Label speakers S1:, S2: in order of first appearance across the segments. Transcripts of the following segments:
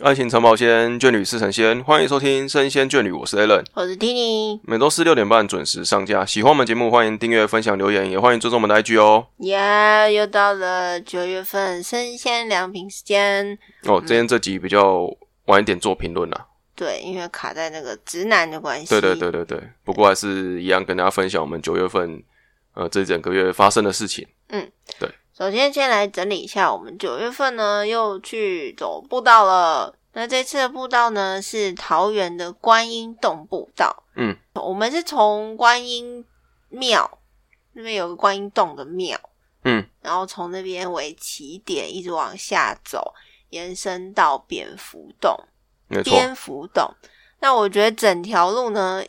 S1: 爱情长保鲜，眷侣是神仙。欢迎收听《生仙眷侣》，我是 Allen。
S2: 我是 Tini，
S1: 每周四六点半准时上架。喜欢我们节目，欢迎订阅、分享、留言，也欢迎追踪我们的 IG 哦。
S2: 耶又到了九月份生鲜良品时间。
S1: 哦，今天这集比较晚一点做评论啦。
S2: 对，因为卡在那个直男的关系。
S1: 对对对对对，不过还是一样跟大家分享我们九月份呃这整个月发生的事情。
S2: 首先，先来整理一下，我们九月份呢又去走步道了。那这次的步道呢是桃园的观音洞步道。
S1: 嗯，
S2: 我们是从观音庙那边有个观音洞的庙，
S1: 嗯，
S2: 然后从那边为起点一直往下走，延伸到蝙蝠洞。
S1: 没错，
S2: 蝙蝠洞。那我觉得整条路呢，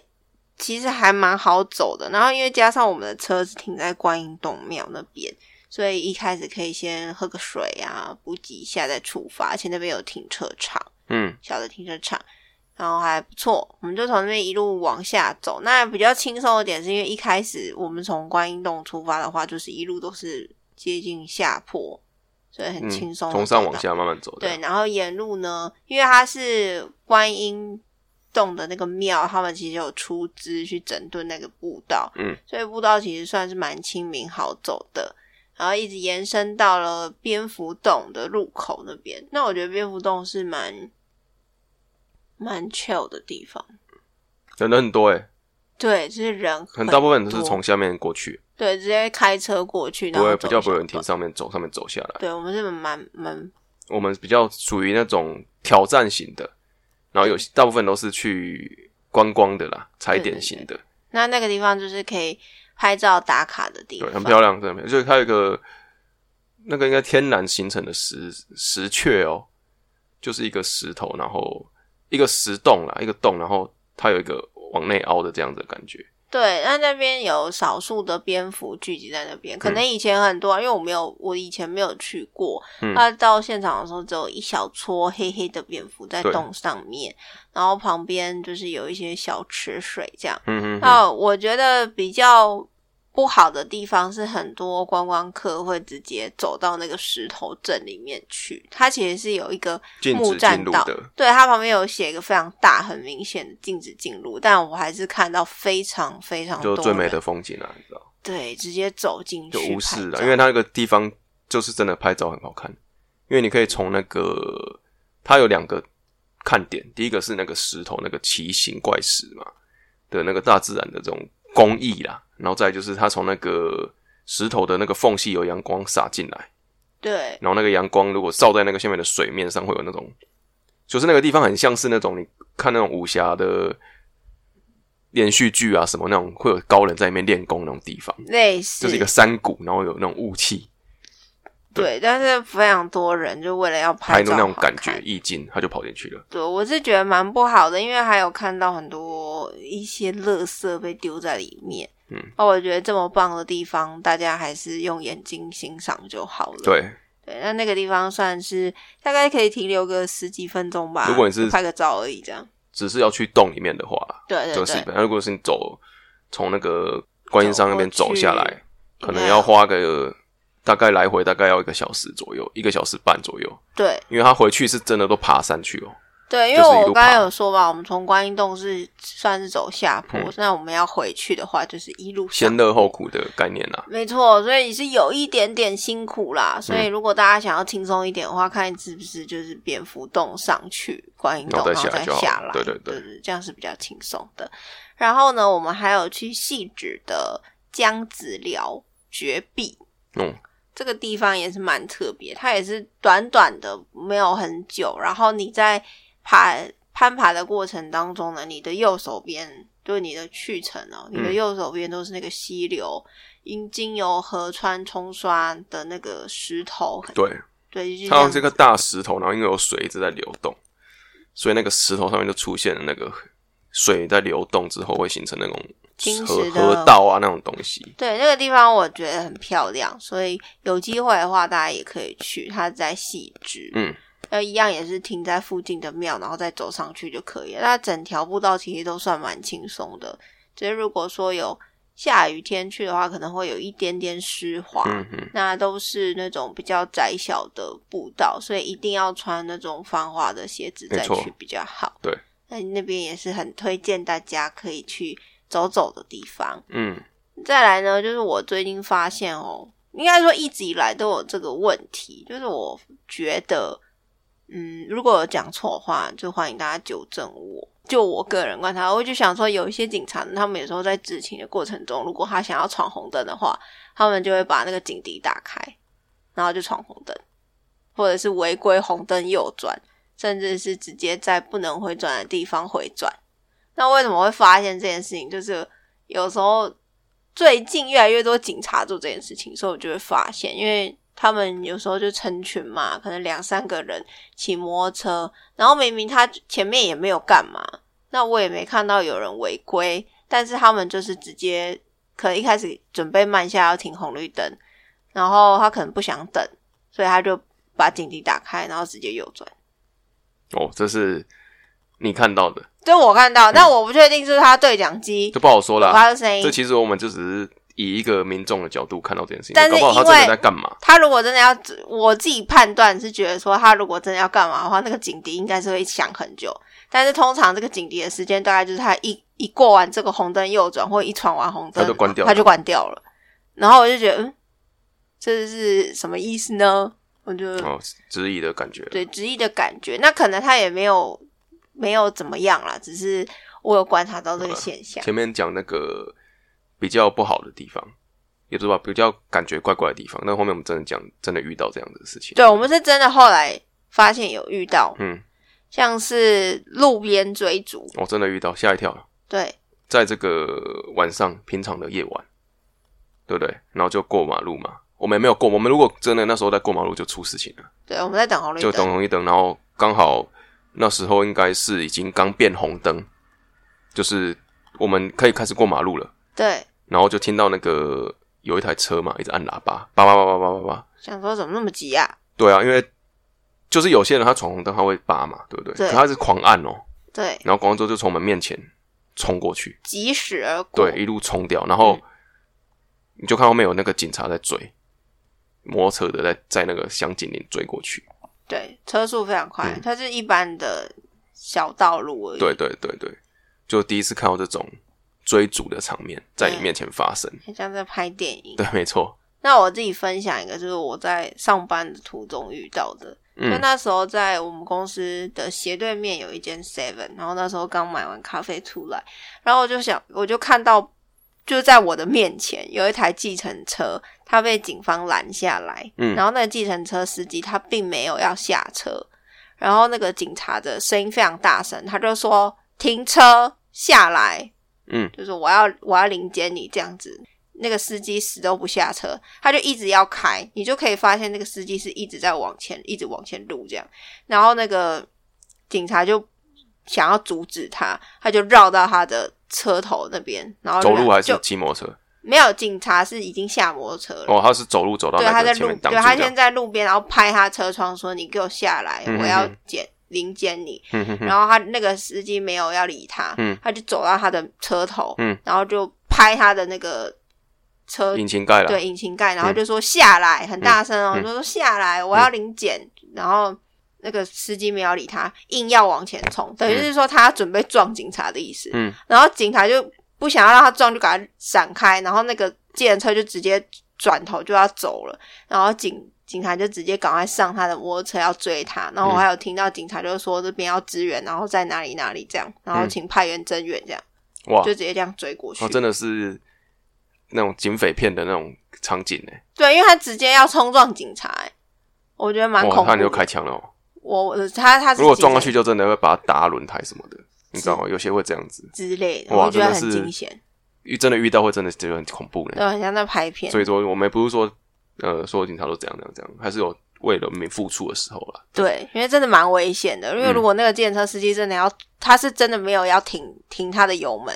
S2: 其实还蛮好走的。然后因为加上我们的车子停在观音洞庙那边，所以一开始可以先喝个水啊，补给一下再出发。而且那边有停车场，
S1: 嗯，
S2: 小的停车场，然后还不错。我们就从那边一路往下走。那比较轻松的点是因为一开始我们从观音洞出发的话，就是一路都是接近下坡，所以很
S1: 嗯
S2: 轻松。
S1: 从上往。下慢慢走。
S2: 对，，然后沿路呢，因为它是观音洞的那个庙，他们其实有出资去整顿那个步道，
S1: 嗯，
S2: 所以步道其实算是蛮亲民好走的。然后一直延伸到了蝙蝠洞的入口那边，那我觉得蝙蝠洞是蛮蛮 chill 的地方，
S1: 人很多诶、
S2: 对，就是人
S1: 很大部分都是
S2: 多
S1: 从下面过去，
S2: 对直接开车过去，
S1: 不
S2: 然后
S1: 会
S2: 走
S1: 比较不会有
S2: 小
S1: 人停
S2: 段
S1: 上面走，上面走下来。
S2: 对我们是蛮蛮
S1: 我们比较属于那种挑战型的，然后有大部分都是去观光的啦，踩点型的，
S2: 那那个地方就是可以拍照打卡的地
S1: 对，
S2: 方，
S1: 很漂亮，真的很漂亮。就是它有一个那个应该天然形成的石石雀哦，就是一个石头，然后一个石洞啦，一个洞，然后它有一个往内凹的这样子的感觉。
S2: 对，那那边有少数的蝙蝠聚集在那边，可
S1: 嗯
S2: 能以前很多啊，因为我没有，我以前没有去过。
S1: 嗯
S2: 那、到现场的时候，只有一小撮黑黑的蝙蝠在
S1: 对
S2: 洞上面，然后旁边就是有一些小池水这样。
S1: 嗯嗯嗯，
S2: 那呃我觉得比较不好的地方是，很多观光客会直接走到那个石头阵里面去。它其实是有一个
S1: 禁
S2: 木
S1: 止进
S2: 栈
S1: 入
S2: 道，
S1: 的，
S2: 对，它旁边有写一个非常大、很明显的禁止进入，但我还是看到非常非常
S1: 就
S2: 多
S1: 是最美
S2: 人
S1: 的风景啦，啊你知道，
S2: 对，直接走进去
S1: 就无视
S2: 拍
S1: 了，
S2: 照
S1: 因为它那个地方就是真的拍照很好看，因为你可以从那个它有两个看点，第一个是那个石头那个奇形怪石嘛的那个大自然的这种工艺啦，然后再来就是它从那个石头的那个缝隙有阳光洒进来，
S2: 对
S1: 然后那个阳光如果照在那个下面的水面上，会有那种，就是那个地方很像是那种你看那种武侠的连续剧啊什么那种，会有高人在里面练功那种地方。
S2: 类似
S1: 就是一个山谷，然后有那种雾气，
S2: 对，但是非常多人就为了要
S1: 拍出
S2: 照
S1: 那种
S2: 好
S1: 感
S2: 看
S1: 觉意境，他就跑进去了。
S2: 对，我是觉得蛮不好的，因为还有看到很多一些垃圾被丢在里面。
S1: 嗯，
S2: 那我觉得这么棒的地方，大家还是用眼睛欣赏就好了。
S1: 对，
S2: 对，那那个地方算是大概可以停留个十几分钟吧，
S1: 如果你是
S2: 就拍个照而已，这样。
S1: 只是要去洞里面的话，
S2: 对
S1: 这
S2: 对对，
S1: 个是一般。那如果是你走从那个观音山那边
S2: 走
S1: 走
S2: 过去
S1: 下来，可能
S2: 应该
S1: 要花个大概来回大概要一个小时左右，一个小时半左右，
S2: 对
S1: 因为他回去是真的都爬山去哦。
S2: 对，因
S1: 就
S2: 为
S1: 是一
S2: 我
S1: 路
S2: 刚才
S1: 爬
S2: 有说吧，我们从观音洞是算是走下坡，
S1: 嗯
S2: 那我们要回去的话，就是一路上
S1: 先乐后苦的概念啊啦，
S2: 没错，所以是有一点点辛苦
S1: 嗯
S2: 啦。所以如果大家想要轻松一点的话，看是不是就是蝙蝠洞上去观音洞，
S1: 然后再
S2: 然后
S1: 下来
S2: 再
S1: 就好
S2: 下来，
S1: 对对对
S2: 对这样是比较轻松的。然后呢，我们还有去细致的江子寮绝壁。
S1: 嗯，
S2: 这个地方也是蛮特别，它也是短短的，没有很久。然后你在爬攀爬的过程当中呢，你的右手边就是你的去程哦，
S1: 嗯
S2: 你的右手边都是那个溪流，因经由河川冲刷的那个石头，
S1: 对，
S2: 对，就是
S1: 它
S2: 这
S1: 好像
S2: 样
S1: 是一个大石头，然后因为有水一直在流动，所以那个石头上面就出现了那个水在流动之后会形成那种
S2: 侵
S1: 河
S2: 蚀的
S1: 河道啊那种东西。
S2: 对，那个地方我觉得很漂亮，所以有机会的话，大家也可以去。它在细致，
S1: 嗯，
S2: 那一样也是停在附近的庙，然后再走上去就可以了。那整条步道其实都算蛮轻松的，就是如果说有下雨天去的话，可能会有一点点湿滑。
S1: 嗯哼，
S2: 那都是那种比较窄小的步道，所以一定要穿那种防滑的鞋子
S1: 没
S2: 再
S1: 错
S2: 去比较好。
S1: 对，
S2: 那那边也是很推荐大家可以去走走的地方。
S1: 嗯
S2: 再来呢，就是我最近发现哦，应该说一直以来都有这个问题，就是我觉得，嗯，如果有讲错的话，就欢迎大家纠正我。就我个人观察，我就想说，有一些警察呢他们有时候在执勤的过程中，如果他想要闯红灯的话，他们就会把那个警笛打开，然后就闯红灯，或者是违规红灯右转，甚至是直接在不能回转的地方回转。那为什么会发现这件事情？就是有时候最近越来越多警察做这件事情，所以我就会发现，因为他们有时候就成群嘛，可能两三个人骑摩托车，然后明明他前面也没有干嘛，那我也没看到有人违规，但是他们就是直接可能一开始准备慢下要停红绿灯，然后他可能不想等，所以他就把警笛打开，然后直接右转。
S1: 哦，这是你看到的，
S2: 这我看到，但我不确定是不是他对讲机
S1: 就不好说
S2: 有
S1: 嗯啦。
S2: 发出声音
S1: 这。其实我们就只是以一个民众的角度看到这件事情，
S2: 但是
S1: 搞不好他
S2: 因为
S1: 真的在干嘛？
S2: 他如果真的要，我自己判断是觉得说，他如果真的要干嘛的话，那个警笛应该是会响很久。但是通常这个警笛的时间大概就是他一一过完这个红灯右转，或一闯完红灯，
S1: 他就关掉了
S2: 他就关掉了。然后我就觉得，嗯，这是什么意思呢？我就、
S1: 哦，质疑的感觉。
S2: 嗯对执意的感觉。那可能他也没有没有怎么样啦，只是我有观察到这个现象。
S1: 嗯前面讲那个比较不好的地方，也不是吧，比较感觉怪怪的地方。但后面我们真的讲，真的遇到这样的事情。
S2: 对，我们是真的后来发现有遇到，
S1: 嗯，
S2: 像是路边追逐，
S1: 我真的遇到，吓一跳了。
S2: 对。
S1: 在这个晚上平常的夜晚，对不对？然后就过马路嘛。我们也没有过，我们如果真的那时候在过马路就出事情了，
S2: 对，我们在等红绿
S1: 就
S2: 灯。
S1: 等红绿灯，然后刚好那时候应该是已经刚变红灯，就是我们可以开始过马路了，
S2: 对，
S1: 然后就听到那个有一台车嘛，一直按喇叭，叭叭叭叭叭叭叭，
S2: 想说怎么那么急啊？
S1: 对啊，因为就是有些人他闯红灯他会扒嘛，对不对？
S2: 对
S1: 可他是狂按哦，
S2: 对，
S1: 然后广州就从我们面前冲过去，
S2: 及时而过。
S1: 对，一路冲掉，然
S2: 嗯
S1: 后你就看后面有那个警察在追，摩托车的在在那个香景林追过去，
S2: 对车速非常快，
S1: 嗯
S2: 它是一般的小道路而已。
S1: 对，对对对，就第一次看到这种追逐的场面在你面前发生，
S2: 很像在拍电影。
S1: 对，没错，
S2: 那我自己分享一个，就是我在上班的途中遇到的。就
S1: 嗯
S2: 那时候在我们公司的斜对面有一间 Seven，然后那时候刚买完咖啡出来，然后我就想，我就看到就在我的面前有一台计程车，它被警方拦下来，
S1: 嗯
S2: 然后那个计程车司机他并没有要下车，然后那个警察的声音非常大声，他就说停车下来，
S1: 嗯，
S2: 就是我要我要临检你这样子。那个司机死都不下车，他就一直要开，你就可以发现那个司机是一直在往前，一直往前撸这样。然后那个警察就想要阻止他，他就绕到他的车头那边，然后
S1: 走路还是
S2: 哦啊就
S1: 骑摩托车？
S2: 没有警察是已经下摩托车了。
S1: 哦，他是走路走到
S2: 对，他
S1: 那个
S2: 在
S1: 前
S2: 路
S1: 面，挡
S2: 对
S1: 住
S2: 他
S1: 这
S2: 先
S1: 样，
S2: 在路边，然后拍他车窗说：“你给我下来，
S1: 嗯
S2: 我要
S1: 嗯嗯
S2: 捡临检你。
S1: 嗯哼哼，
S2: 然后他那个司机没有要理他，
S1: 嗯
S2: 他就走到他的车头，
S1: 嗯
S2: 然后就拍他的那个车
S1: 引擎盖了，
S2: 对引擎盖，然后就说下来，很大声
S1: 啊
S2: 哦，
S1: 嗯
S2: 就说下来，我要临检。然后那个司机没有理他，硬要往前冲，等于是说他准备撞警察的意思。
S1: 嗯
S2: 然后警察就不想要让他撞，就给他闪开，然后那个计程车就直接转头就要走了，然后警。警察就直接赶快上他的摩托车要追他，然后
S1: 嗯
S2: 我还有听到警察就说这边要支援，然后在哪里哪里这样，然后请派员增援这样，
S1: 嗯哇
S2: 就，直接这样追过去。
S1: 哦，真的是那种警匪片的那种场景呢，
S2: 对，因为他直接要冲撞警察、欸，我觉得蛮恐
S1: 哇，
S2: 怖
S1: 他
S2: 的。
S1: 就开枪了哦。
S2: 我我他他是
S1: 如果
S2: 警
S1: 撞过
S2: 察
S1: 去，就真的会把它打轮胎什么的，你知道吗？有些会这样子，
S2: 之类的，
S1: 哇
S2: 我觉得
S1: 真的
S2: 很
S1: 是
S2: 惊险，
S1: 遇真的遇到会真的觉得很恐怖
S2: 对，
S1: 呢。
S2: 很像在拍片
S1: 所。以说，我们不是说呃，所有警察都怎样怎样怎样，还是有为人民付出的时候啦。
S2: 对，因为真的蛮危险的，因为
S1: 嗯
S2: 如果那个电车司机真的要，他是真的没有要停停他的油门，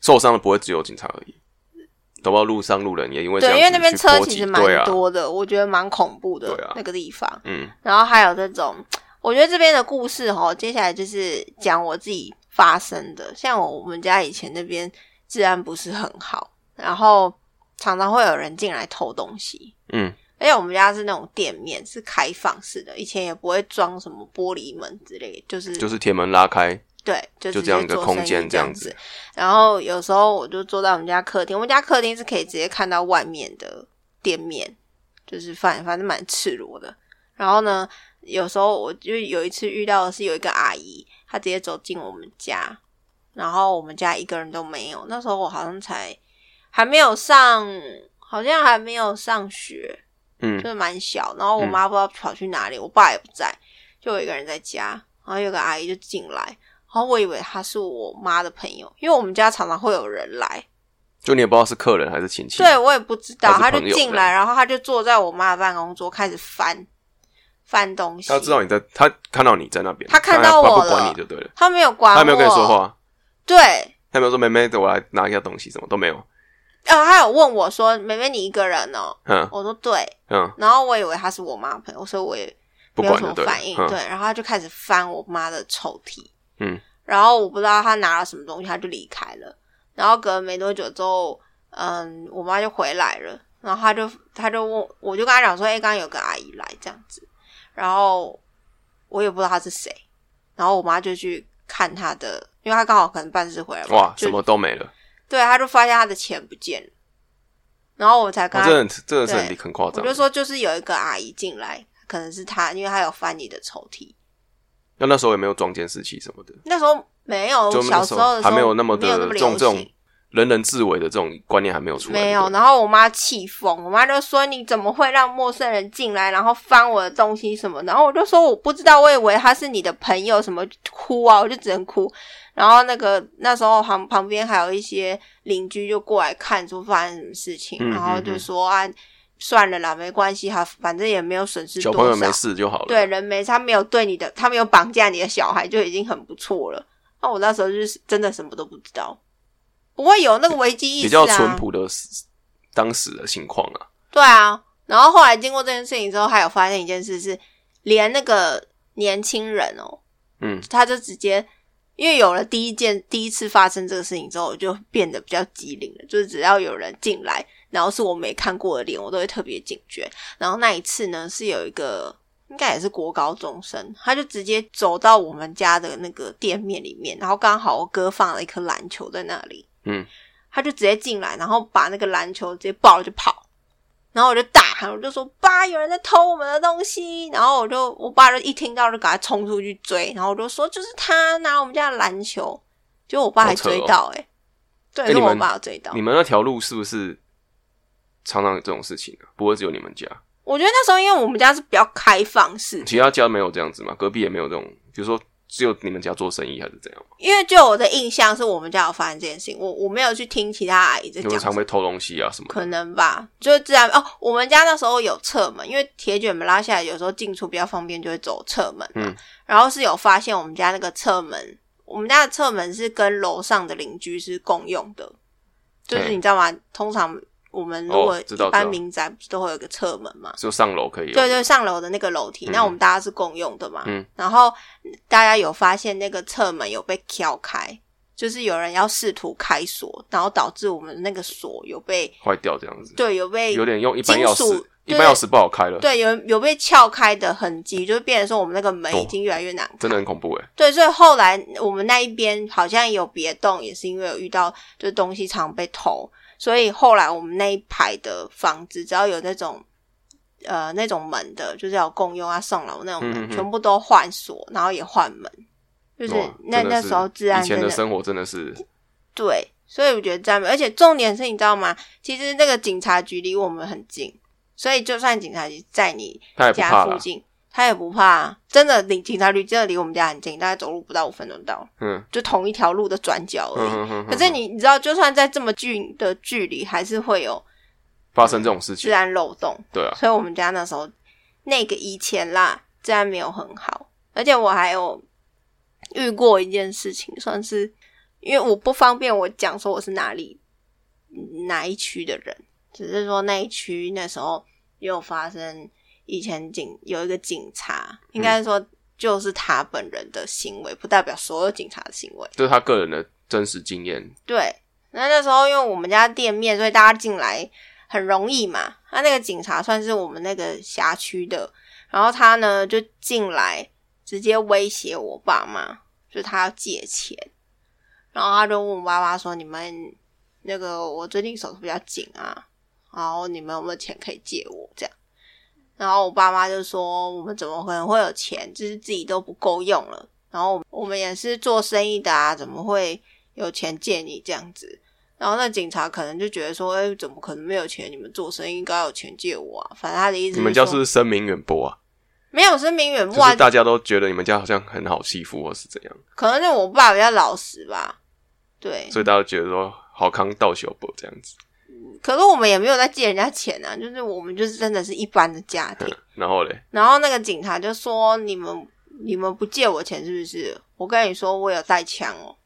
S1: 受伤的不会只有警察而已，搞不好路上路人也因为这
S2: 对，
S1: 样
S2: 因
S1: 子
S2: 为那边
S1: 去
S2: 车
S1: 波
S2: 其
S1: 及
S2: 实蛮
S1: 对啊，
S2: 多的，我觉得蛮恐怖的、
S1: 对啊
S2: 那个地方。
S1: 嗯
S2: 然后还有这种，我觉得这边的故事哦，接下来就是讲我自己发生的。像我们家以前那边治安不是很好，然后常常会有人进来偷东西。
S1: 嗯，
S2: 而且我们家是那种店面，是开放式的，以前也不会装什么玻璃门之类的，就是
S1: 就是铁门拉开，
S2: 对，就
S1: 就
S2: 直
S1: 这样一
S2: 接
S1: 个
S2: 做
S1: 空
S2: 生意
S1: 间
S2: 这
S1: 这样
S2: 子
S1: 子。
S2: 然后有时候我就坐在我们家客厅，我们家客厅是可以直接看到外面的店面，就是反反正蛮赤裸的。然后呢，有时候我就有一次遇到的是有一个阿姨，她直接走进我们家，然后我们家一个人都没有。那时候我好像才还没有上，好像还没有上学，
S1: 嗯
S2: 就是蛮小。然后我妈不知道跑去哪里，我爸也不在，就我一个人在家。然后有个阿姨就进来，然后我以为她是我妈的朋友，因为我们家常常会有人来，
S1: 就你也不知道是客人还是亲戚，
S2: 对我也不知道。
S1: 还
S2: 她
S1: 是朋
S2: 就
S1: 友
S2: 进来，然后她就坐在我妈的办公桌开始翻翻东西。
S1: 他知道你在，他看到你在那边，
S2: 他看
S1: 他
S2: 到我
S1: 不管
S2: 了
S1: 你就对了，
S2: 她没有管我，
S1: 他没有跟你说。话，
S2: 对，
S1: 他没有说妹妹，我来拿一下东西，什么都没有，
S2: 呃，她有问我说：“妹妹，你一个人哦？”
S1: 嗯
S2: 我说：“对。”
S1: 嗯，
S2: 然后我以为她是我妈的朋友，所以我也
S1: 不
S2: 没有
S1: 管就
S2: 什么
S1: 对了
S2: 反应，，
S1: 嗯
S2: 对，然后他就开始翻我妈的抽屉，
S1: 嗯，
S2: 然后我不知道他拿了什么东西，他就离开了。然后隔了没多久之后，嗯，我妈就回来了，然后他就他就问，我就跟他讲说，哎、刚刚有个阿姨来这样子，然后我也不知道她是谁，然后我妈就去看她的，因为她刚好可能办事回来吧，
S1: 哇，
S2: 就
S1: 什么都没了，
S2: 对，她就发现她的钱不见了，然后我才跟
S1: 哇
S2: 她
S1: 真的真的是哦很
S2: 对
S1: 很夸
S2: 我
S1: 张，
S2: 就说就是有一个阿姨进来，可能是她，因为她有翻你的抽屉。
S1: 那那时候也没有装监视器什么的，
S2: 那时候没有，
S1: 就
S2: 我小
S1: 那
S2: 时候的时
S1: 还
S2: 候
S1: 没有那么的
S2: 流
S1: 这种
S2: 行
S1: 这种人人自危的这种观念还没有出来，
S2: 没
S1: 对不
S2: 有。
S1: 对
S2: 然后我妈气疯，我妈就说：“你怎么会让陌生人进来，然后翻我的东西什么？”然后我就说：“我不知道，我以为他是你的朋友，什么哭啊，我就只能哭。”然后那个那时候旁旁边还有一些邻居就过来看，说发生什么事情，
S1: 嗯
S2: 然后就说：“啊，算了啦，没关系哈，反正也没有损失
S1: 小
S2: 多
S1: 朋友
S2: 少
S1: 没。”事就好了，
S2: 对，人没他没有对你的，他没有绑架你的小孩就已经很不错了。那我那时候就是真的什么都不知道，不会有那个危机意识、啊，
S1: 比较淳朴的当时的情况啊，
S2: 对啊，然后后来经过这件事情之后，还有发现一件事是，连那个年轻人哦，
S1: 嗯，
S2: 他就直接因为有了第一件第一次发生这个事情之后，我就变得比较机灵了，就是只要有人进来，然后是我没看过的脸，我都会特别警觉。然后那一次呢，是有一个应该也是国高中生，他就直接走到我们家的那个店面里面，然后刚好我哥放了一颗篮球在那里，
S1: 嗯，
S2: 他就直接进来，然后把那个篮球直接抱了就跑。然后我就大喊，我就说：“爸，有人在偷我们的东西！”然后我就，我爸就一听到就赶快冲出去追，然后我就说：“就是他拿我们家的篮球。”结果我爸还
S1: 好扯哦
S2: 追到、欸，哎、对，
S1: 哎
S2: 是
S1: 你
S2: 我
S1: 们
S2: 爸有追到
S1: 你。们那条路是不是常常有这种事情啊？不会只有你们家，
S2: 我觉得那时候因为我们家是比较开放式，
S1: 其他家没有这样子嘛？隔壁也没有这种，比如说只有你们家做生意还是怎样嘛？
S2: 因为就我的印象是我们家有发生这件事情，我我没有去听其他阿姨在
S1: 有没有
S2: 讲
S1: 常，被偷东西啊什么的？
S2: 可能吧，就自然哦。我们家那时候有侧门，因为铁卷门拉下来，有时候进出比较方便，就会走侧门嘛。
S1: 嗯
S2: 然后是有发现我们家那个侧门，我们家的侧门是跟楼上的邻居是共用的，就是
S1: 嗯
S2: 你知道吗？通常我们如果
S1: 哦知道
S2: 一般
S1: 知道
S2: 民宅不是都会有个侧门嘛？
S1: 就上楼可以、啊
S2: 对，对，上楼的那个楼梯，
S1: 嗯
S2: 那我们大家是共用的嘛。
S1: 嗯
S2: 然后大家有发现那个侧门有被敲开，就是有人要试图开锁，然后导致我们那个锁有被
S1: 坏掉这样子，
S2: 对有被
S1: 有点用一般钥
S2: 金属
S1: 匙，一般钥匙不好开了，
S2: 对有有被撬开的痕迹，就是变成说我们那个
S1: 哦
S2: 门已经越来越难开。
S1: 真的很恐怖哎、
S2: 对，所以后来我们那一边好像有别栋，也是因为有遇到就是东西常被偷，所以后来我们那一排的房子，只要有那种呃那种门的，就是要共用啊、上楼那种门，
S1: 嗯嗯嗯
S2: 全部都换锁，然后也换门，就是
S1: 哇
S2: 那
S1: 真的
S2: 那
S1: 是
S2: 时候治安
S1: 以前
S2: 真
S1: 的
S2: 的
S1: 生活真的是
S2: 对，所以我觉得这样，而且重点是你知道吗？其实那个警察局离我们很近，所以就算警察局在你
S1: 他也不
S2: 家
S1: 怕
S2: 附
S1: 啦，
S2: 近，他也不怕，啊真的离警察局真的离我们家很近，大概走路不到五分钟到，
S1: 嗯
S2: 就同一条路的转角而已。
S1: 嗯嗯
S2: 可是你你知道，就算在这么近的距离，还是会有
S1: 发生这种事
S2: 治
S1: 情，
S2: 安漏洞，
S1: 对啊，
S2: 所以我们家那时候那个以前啦，治安没有很好，而且我还有遇过一件事情，算是因为我不方便我讲说我是哪里哪一区的人，只是说那一区那时候也有发生以前警有一个警察，应
S1: 嗯
S2: 该说就是他本人的行为，不代表所有警察的行为。
S1: 这是他个人的真实经验，
S2: 对，那那时候因为我们家店面，所以大家进来很容易嘛。那那个警察算是我们那个辖区的，然后他呢就进来直接威胁我爸妈，就他要借钱，然后他就问我爸妈说：“你们那个我最近手头比较紧啊，然后你们有没有钱可以借我？”这样。然后我爸妈就说：“我们怎么可能会有钱？就是自己都不够用了。然后我们也是做生意的啊，怎么会有钱借你这样子？”然后那警察可能就觉得说：“哎，怎么可能没有钱？你们做生意应该有钱借我啊！”反正他的意思
S1: 你
S2: 说，
S1: 们家是不是声名远播啊？
S2: 没有声名远
S1: 就
S2: 播啊
S1: 是，大家都觉得你们家好像很好欺负，或是怎样，
S2: 可能是我爸比较老实吧。对，
S1: 所以大家都觉得说好康到小伯这样子，
S2: 可是我们也没有在借人家钱啊，就是我们就是真的是一般的家庭。
S1: 然后嘞，
S2: 然后那个警察就说：“你们你们不借我钱是不是？我跟你说，我有带枪哦。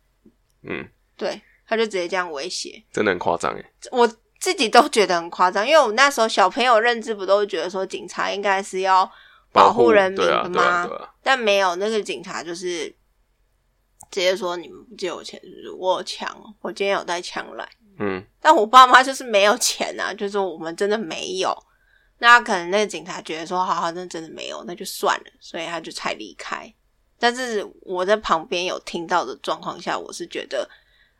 S1: 嗯，”
S2: 对，他就直接这样威胁，
S1: 真的很夸张哎，
S2: 我自己都觉得很夸张，因为我们那时候小朋友认知不都是觉得说警察应该是要保护
S1: 护
S2: 人民
S1: 对啊
S2: 的，
S1: 对啊，
S2: 吗
S1: 对啊，
S2: 但没有，那个警察就是直接说：“你们不借我钱是不是？我有枪哦，我今天有带枪来。”
S1: 嗯，
S2: 但我爸妈就是没有钱啊，就是我们真的没有。那可能那个警察觉得说，好好，那真的没有，那就算了，所以他就才离开。但是我在旁边有听到的状况下，我是觉得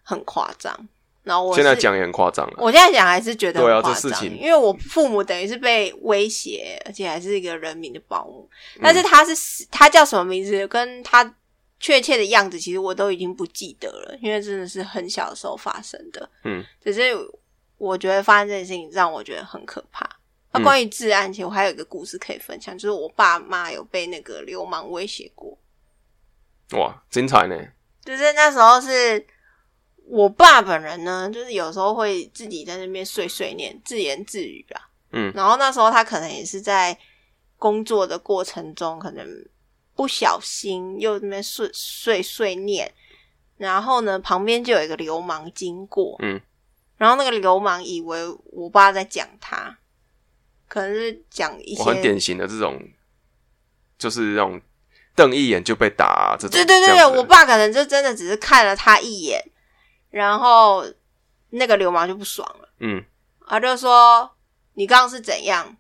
S2: 很夸张。然后我是
S1: 现在，讲也很夸张了，
S2: 我现在讲还是觉得
S1: 对啊
S2: 很夸
S1: 这事
S2: 张，
S1: 情
S2: 因为我父母等于是被威胁，而且还是一个人民的保姆。
S1: 嗯
S2: 但是他是死他叫什么名字，跟他确切的样子，其实我都已经不记得了，因为真的是很小的时候发生的。
S1: 嗯，
S2: 只是我觉得发生这件事情让我觉得很可怕。那、
S1: 嗯
S2: 关于治安，其实我还有一个故事可以分享，就是我爸妈有被那个流氓威胁过，
S1: 哇，精彩呢，
S2: 就是那时候是我爸本人呢，就是有时候会自己在那边碎碎念、自言自语啊。
S1: 嗯
S2: 然后那时候他可能也是在工作的过程中，可能不小心又那边碎碎碎念，然后呢，旁边就有一个流氓经过，
S1: 嗯，
S2: 然后那个流氓以为我爸在讲他，可能是讲一些
S1: 我很典型的这种，就是那种瞪一眼就被打、这种，
S2: 对对
S1: 这
S2: 对，
S1: 样子的
S2: 我爸可能就真的只是看了他一眼，然后那个流氓就不爽了，
S1: 嗯，
S2: 他就说：“你刚刚是怎样？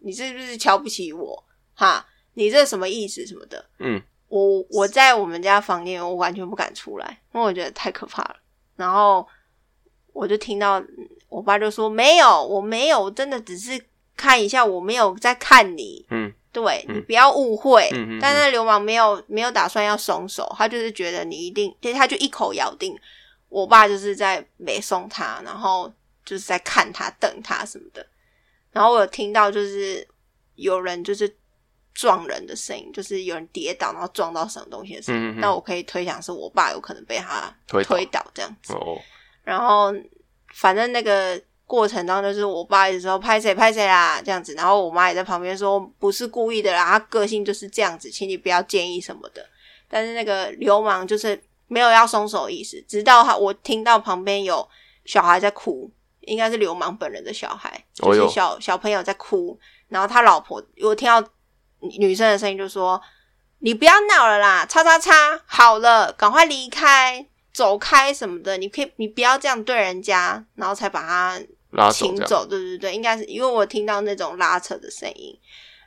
S2: 你是不是瞧不起我？哈，你这什么意思什么的？”
S1: 嗯，
S2: 我我在我们家房间，我完全不敢出来，因为我觉得太可怕了。然后我就听到我爸就说：“没有，我没有，我真的只是看一下，我没有在看你。”
S1: 嗯，
S2: 对你
S1: 嗯
S2: 不要误会。
S1: 嗯嗯嗯
S2: 但那流氓没有没有打算要松手，他就是觉得你一定，对，他就一口咬定我爸就是在没送他，然后就是在看他、瞪他什么的。然后我有听到就是有人就是撞人的声音，就是有人跌倒然后撞到什么东西的声音。
S1: 嗯嗯嗯
S2: 那我可以推想是我爸有可能被他
S1: 推倒
S2: 推倒这样子。
S1: 哦，
S2: 然后反正那个过程当中，就是我爸一直说拍谁拍谁啦这样子，然后我妈也在旁边说不是故意的啦，他个性就是这样子，请你不要建议什么的。但是那个流氓就是没有要松手意思，直到他我听到旁边有小孩在哭，应该是流氓本人的小孩，就
S1: 哦
S2: 是
S1: 哟
S2: 小小朋友在哭，然后他老婆我听到女生的声音就说：“你不要闹了啦，叉叉叉，好了，赶快离开，走开什么的，你可以你不要这样对人家，然后才把他
S1: 拉手
S2: 请
S1: 这样，
S2: 走，对对对，应该是因为我听到那种拉扯的声音，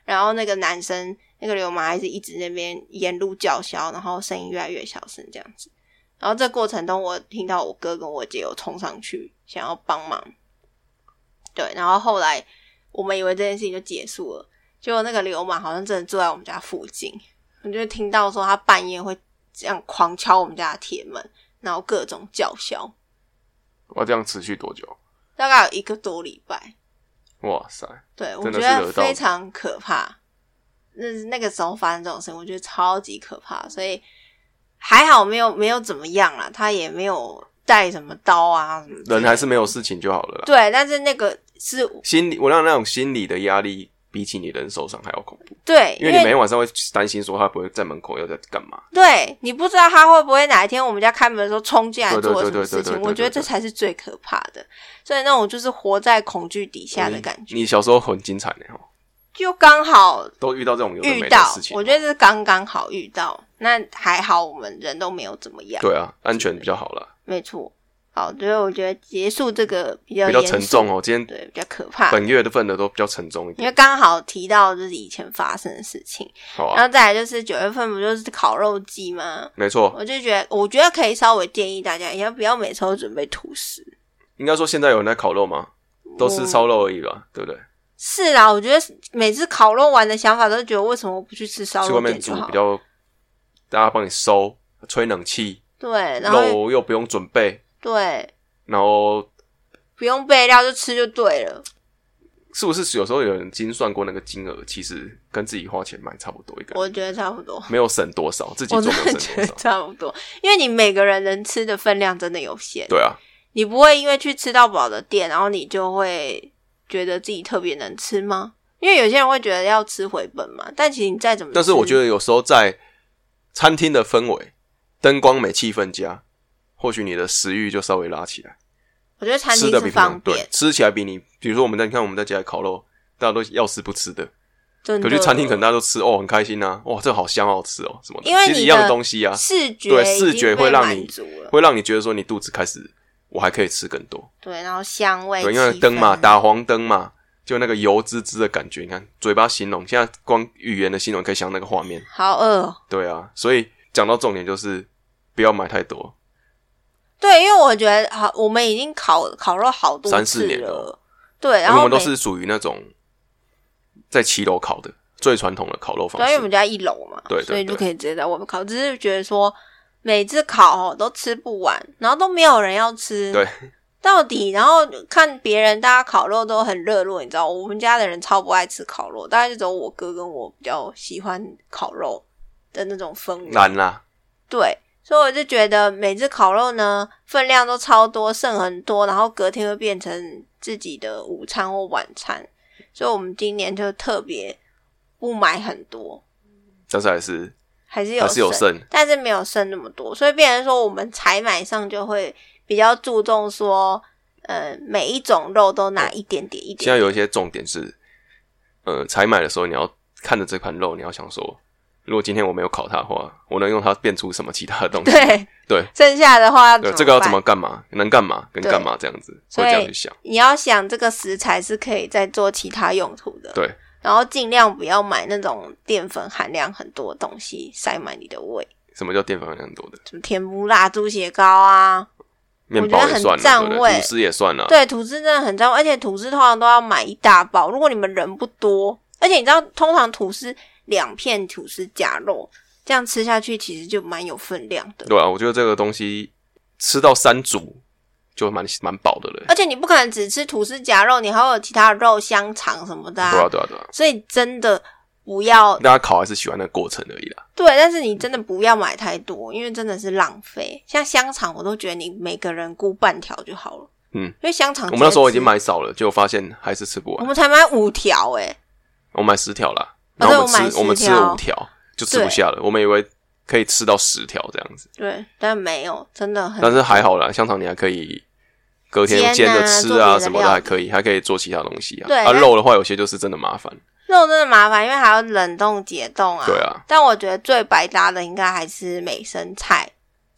S2: 然后那个男生那个流氓还是一直那边沿路叫嚣，然后声音越来越小声这样子。然后这过程中，我听到我哥跟我姐有冲上去想要帮忙，对，然后后来我们以为这件事情就结束了，结果那个流氓好像真的住在我们家附近，我就听到说他半夜会这样狂敲我们家的铁门，然后各种叫嚣，
S1: 哇，这样持续多久？
S2: 大概有一个多礼拜。
S1: 哇塞，
S2: 对，我
S1: 真
S2: 觉
S1: 的是
S2: 得
S1: 惹到
S2: 非常可怕。那那个时候发生这种事情，我觉得超级可怕，所以还好没有没有怎么样啦，他也没有带什么刀啊什么之类的。
S1: 人还是没有事情就好了啦。
S2: 对，但是那个是
S1: 心理，我让那种心理的压力比起你人受伤还要恐怖，
S2: 对，
S1: 因为你每天晚上会担心说他不会在门口又在干嘛。
S2: 对你不知道他会不会哪一天我们家开门的时候冲进来
S1: 对对
S2: 做
S1: 对
S2: 了什么事
S1: 对对
S2: 情，
S1: 对对
S2: 我觉得这才是最可怕的。所以那种就是活在恐惧底下的
S1: 嗯
S2: 感觉，
S1: 你小时候很精彩呢，哦
S2: 就刚好
S1: 都遇到这种有的
S2: 遇
S1: 没的
S2: 到
S1: 事，情。哦
S2: 我觉得是刚刚好遇到。那还好我们人都没有怎么样。
S1: 对啊，安全比较好啦。
S2: 没错。好，所以我觉得结束这个比较
S1: 比较沉重
S2: 哦，
S1: 哦。今天
S2: 对，比较可怕，
S1: 本月的份的都比较沉重一
S2: 因
S1: 点
S2: 为，刚好提到就是以前发生的事情，
S1: 好
S2: 哎然
S1: 啊，
S2: 后再来就是九月份不就是烤肉季吗？
S1: 没错。
S2: 我就觉得，我觉得可以稍微建议大家，也不要每次都准备吐司。
S1: 应该说现在有人在烤肉吗？都吃烧肉而已吧，对不对？
S2: 是啦，我觉得每次烤肉完的想法都是觉得，为什么我不去吃烧
S1: 去外
S2: 肉
S1: 面
S2: 店
S1: 煮
S2: 哦就好
S1: 比？较，大家帮你收，吹冷气，
S2: 对，然后
S1: 肉又不用准备，
S2: 对，
S1: 然后
S2: 不用备料就吃就对了。
S1: 是不是有时候有人精算过那个金额，其实跟自己花钱买差不多一个，
S2: 我觉得差不多，
S1: 没有省多少，自己
S2: 我
S1: 做
S2: 真
S1: 没有
S2: 的觉
S1: 省多
S2: 得
S1: 少。
S2: 差不多，因为你每个人能吃的分量真的有限，
S1: 对啊，
S2: 你不会因为去吃到饱的店，然后你就会觉得自己特别能吃吗？因为有些人会觉得要吃回本嘛，但其实你再怎么吃，
S1: 但是我觉得有时候在餐厅的氛围、灯光美、气氛佳，或许你的食欲就稍微拉起来。
S2: 我觉得餐
S1: 吃
S2: 厅
S1: 的比
S2: 是
S1: 平常
S2: 方
S1: 对
S2: 便，，
S1: 吃起来比你，比如说我们在你看我们在家里烤肉，大家都要吃不吃的，
S2: 真
S1: 可
S2: 的。
S1: 去餐厅可能大家都吃哦，很开心呐、哇，这好香，好吃哦，什么的，
S2: 因为
S1: 其
S2: 你
S1: 实
S2: 的
S1: 一样的东西啊，
S2: 视觉
S1: 对
S2: 已经
S1: 视觉
S2: 被
S1: 会让
S2: 满
S1: 你
S2: 足了，
S1: 会让你觉得说你肚子开始，我还可以吃更多，
S2: 对，然后香味，
S1: 对，因为
S2: 气
S1: 灯嘛，
S2: 氛
S1: 打黄灯嘛，就那个油滋滋的感觉，你看嘴巴形容，现在光语言的形容可以想那个画面，
S2: 好饿、哦。
S1: 对啊，所以讲到重点就是不要买太多，
S2: 对，因为我觉得好，我们已经烤烤肉好多
S1: 三四
S2: 次
S1: 年了
S2: 了，对，然
S1: 因为
S2: 后
S1: 我们都
S2: 每
S1: 是属于那种在骑楼烤的最传统的烤肉
S2: 对，
S1: 方
S2: 因为我
S1: 式
S2: 们，家一楼嘛，
S1: 对对
S2: 所以就
S1: 对
S2: 可以直接在外面烤。只是觉得说每次烤哦都吃不完，然后都没有人要吃，
S1: 对，
S2: 到底然后看别人大家烤肉都很热络，你知道，我们家的人超不爱吃烤肉，大概就只有我哥跟我比较喜欢烤肉的那种氛围，
S1: 难啦。
S2: 对，所以我就觉得每次烤肉呢分量都超多，剩很多，然后隔天会变成自己的午餐或晚餐，所以我们今年就特别不买很多，
S1: 但是还是
S2: 还是有
S1: 还是有
S2: 剩
S1: 剩，
S2: 但是没有剩那么多，所以变成说我们采买上就会比较注重说，呃，每一种肉都
S1: 哦
S2: 拿一点点一
S1: 现
S2: 点
S1: 在
S2: 点。
S1: 有一些重点是，呃，采买的时候你要看着这盘肉，你要想说，如果今天我没有烤它的话，我能用它变出什么其他的东西？
S2: 对，
S1: 对
S2: 剩下的话要
S1: 对，这个要怎
S2: 办
S1: 么？干嘛？能干嘛跟
S2: 对
S1: 干嘛这样子，会
S2: 所以
S1: 这样去想。
S2: 你要想这个食材是可以再做其他用途的，
S1: 对，
S2: 然后尽量不要买那种淀粉含量很多的东西塞满你的胃，
S1: 什么叫淀粉含量多的？
S2: 什么甜不辣、猪血糕啊，
S1: 面包也算了，
S2: 我觉得很
S1: 对
S2: 占
S1: 不对？
S2: 位
S1: 吐司也算了，
S2: 对，吐司真的很占，而且吐司通常都要买一大包，如果你们人不多，而且你知道，通常吐司两片吐司夹肉，这样吃下去其实就蛮有分量的，
S1: 对啊，我觉得这个东西吃到三组就蛮蛮饱的了。
S2: 而且你不可能只吃吐司夹肉，你还会有其他的肉、香肠什么的、
S1: 对啊，对啊，对啊，
S2: 所以真的不要
S1: 大家烤还是喜欢那个过程而已啦。
S2: 对，但是你真的不要买太多，因为真的是浪费。像香肠，我都觉得你每个人估半条就好了。
S1: 嗯
S2: 因为香肠
S1: 我们那时候已经
S2: 直接
S1: 买少了，结果发现还是吃不
S2: 吃，我
S1: 完。
S2: 们才买五条哎、
S1: 我买十条啦，
S2: 哦
S1: 然后我
S2: 对我
S1: 们
S2: 买
S1: 吃、
S2: 10
S1: 我们吃了五条，就吃不下了。我们以为可以吃到十条这样子，
S2: 对，但没有，真的很。
S1: 但是还好啦，香肠你还可以隔天
S2: 嗯煎
S1: 煎
S2: 啊
S1: 着吃
S2: 做别
S1: 啊
S2: 的
S1: 什么的，
S2: 料
S1: 还可以还可以做其他东西啊。
S2: 对
S1: 啊
S2: 但
S1: 肉的话，有些就是真的麻烦。
S2: 肉真的麻烦，因为还要冷冻解冻啊。
S1: 对啊。
S2: 但我觉得最百搭的应该还是美生菜，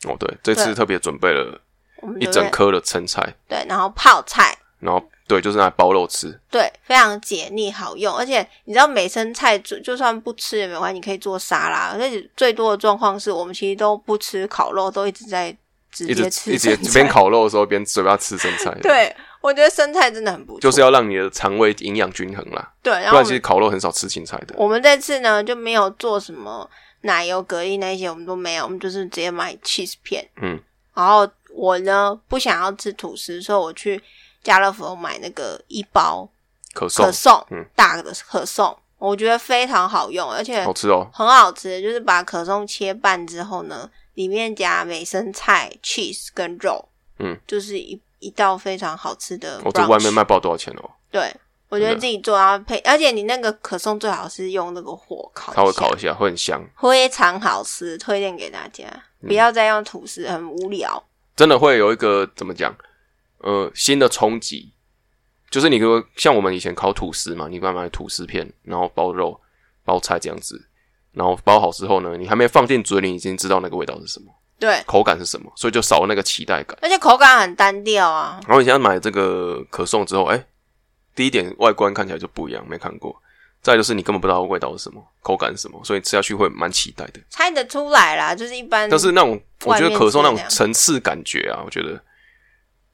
S1: 哦，对，这次
S2: 对
S1: 特别准备了
S2: 我们
S1: 一
S2: 就
S1: 整
S2: 会
S1: 颗的生菜，
S2: 对，然后泡菜，
S1: 然后对，就是拿来包肉吃。
S2: 对，非常解腻好用，而且你知道美生菜就就算不吃也没关系，你可以做沙拉。而且最多的状况是我们其实都不吃烤肉，都一直在直
S1: 一直
S2: 接吃
S1: 一直
S2: 生
S1: 边
S2: 菜。
S1: 烤肉的时候边嘴巴吃生菜，， 啊
S2: 对，我觉得生菜真的很不错。
S1: 就是要让你的肠胃营养均衡啦。
S2: 对，然
S1: 不
S2: 后我
S1: 然其实
S2: 们
S1: 烤肉很少吃青菜的。
S2: 我们这次呢就没有做什么奶油蛤蜊那些，我们都没有，我们就是直接买 cheese 片。
S1: 嗯，
S2: 然后我呢不想要吃吐司，所以我去家乐福买那个一包
S1: 可颂
S2: 可颂，
S1: 嗯
S2: 大的可颂，我觉得非常好用，而且
S1: 好吃哦，
S2: 很好吃，就是把可颂切半之后呢，里面夹美生菜、cheese 跟肉，
S1: 嗯，哦
S2: 就是一一道非常好吃的。
S1: 我这外面，卖不知道多少钱哦，
S2: 对我觉得
S1: 真的
S2: 自己做然后配，而且你那个可颂最好是用那个火烤，
S1: 稍微烤一，下会很香。
S2: 非常好吃，推荐给大家。
S1: 嗯
S2: 不要再用吐司，很无聊。
S1: 真的会有一个怎么讲，呃，新的冲击，就是你给我像我们以前烤吐司嘛，你慢慢吐司片，然后包肉、包菜这样子，然后包好之后呢，你还没放进嘴里，已经知道那个味道是什么。
S2: 对，
S1: 口感是什么，所以就少了那个期待感。
S2: 而且口感很单调啊。
S1: 然后你现在买这个可颂之后，哎、第一点外观看起来就不一样，没看过；再来就是你根本不知道味道是什么，口感是什么，所以吃下去会蛮期待的。
S2: 猜得出来啦，就是一般。
S1: 但是那种我觉
S2: 嗯外
S1: 得
S2: 面
S1: 可颂那
S2: 是
S1: 种
S2: 这样
S1: 层次感觉啊，我觉得，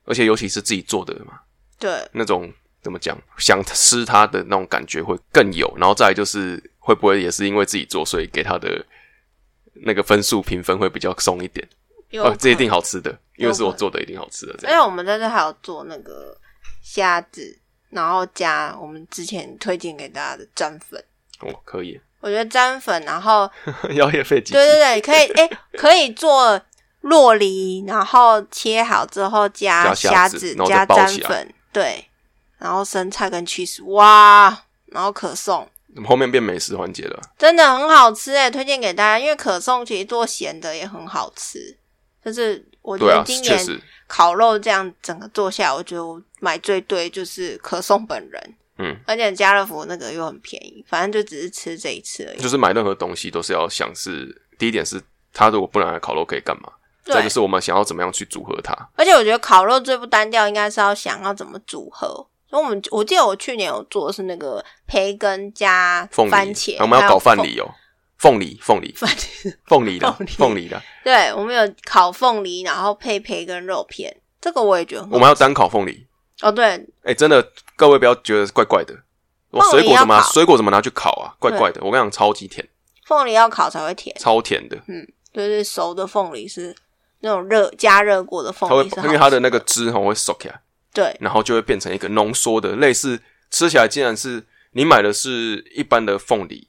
S1: 而且尤其是自己做的嘛，
S2: 对
S1: 那种怎么讲，想吃它的那种感觉会更有。然后再来就是会不会也是因为自己做，所以给它的那个分数评分会比较松一点？
S2: 有可
S1: 哦，
S2: 能
S1: 这一定好吃的，因为是
S2: 有
S1: 我
S2: 可能
S1: 做的，一定好吃的。这
S2: 而且
S1: 样
S2: 我们在这还有做那个虾子，然后加我们之前推荐给大家的沾粉。
S1: 哦，可以
S2: 我觉得沾粉，然后
S1: 要夜费几
S2: 对对对，可以哎、可以做洛梨，然后切好之后加
S1: 加虾
S2: 虾
S1: 子
S2: 子
S1: 然后再
S2: 加
S1: 包
S2: 沾
S1: 起来
S2: 粉，对，然后生菜跟 cheese，哇，然后可颂。
S1: 集后面变美食环节了。
S2: 真的很好吃哎，推荐给大家，因为可颂其实做咸的也很好吃，就是我觉
S1: 对
S2: 得
S1: 啊，
S2: 今
S1: 确实
S2: 哦年，烤肉这样整个做下来，我觉得我买最对就是可颂本人，
S1: 嗯，
S2: 而且家乐福那个又很便宜，反正就只是吃这一次而已。
S1: 就是买任何东西都是要想是第一点是它如果不拿来烤肉可以干嘛，再就
S2: 对，
S1: 是我们想要怎么样去组合它。
S2: 而且我觉得烤肉最不单调，应该是要想要怎么组合。所以我们我记得我去年有做的是那个培根加
S1: 凤梨，
S2: 番茄，
S1: 啊我们要
S2: 还有
S1: 搞饭
S2: 凤
S1: 梨哦，凤梨，凤梨，
S2: 番茄
S1: 凤梨的
S2: 凤梨，
S1: 凤梨的，
S2: 对，我们有烤凤梨，然后配培根肉片，这个我也觉得很
S1: 我们要单烤凤梨。
S2: 哦，对，
S1: 哎，真的，各位不要觉得怪怪的，我
S2: 凤梨
S1: 水果怎么拿
S2: 要烤
S1: 水果怎么拿去烤啊？怪怪的，我跟你讲，超级甜，
S2: 凤梨要烤才会甜，
S1: 超甜的，
S2: 就是熟的凤梨是那种热加热过的凤
S1: 它会
S2: 梨是好吃
S1: 因为它的那个汁很会熟起来，
S2: 对
S1: 然后就会变成一个浓缩的，类似吃起来竟然是你买的是一般的凤梨，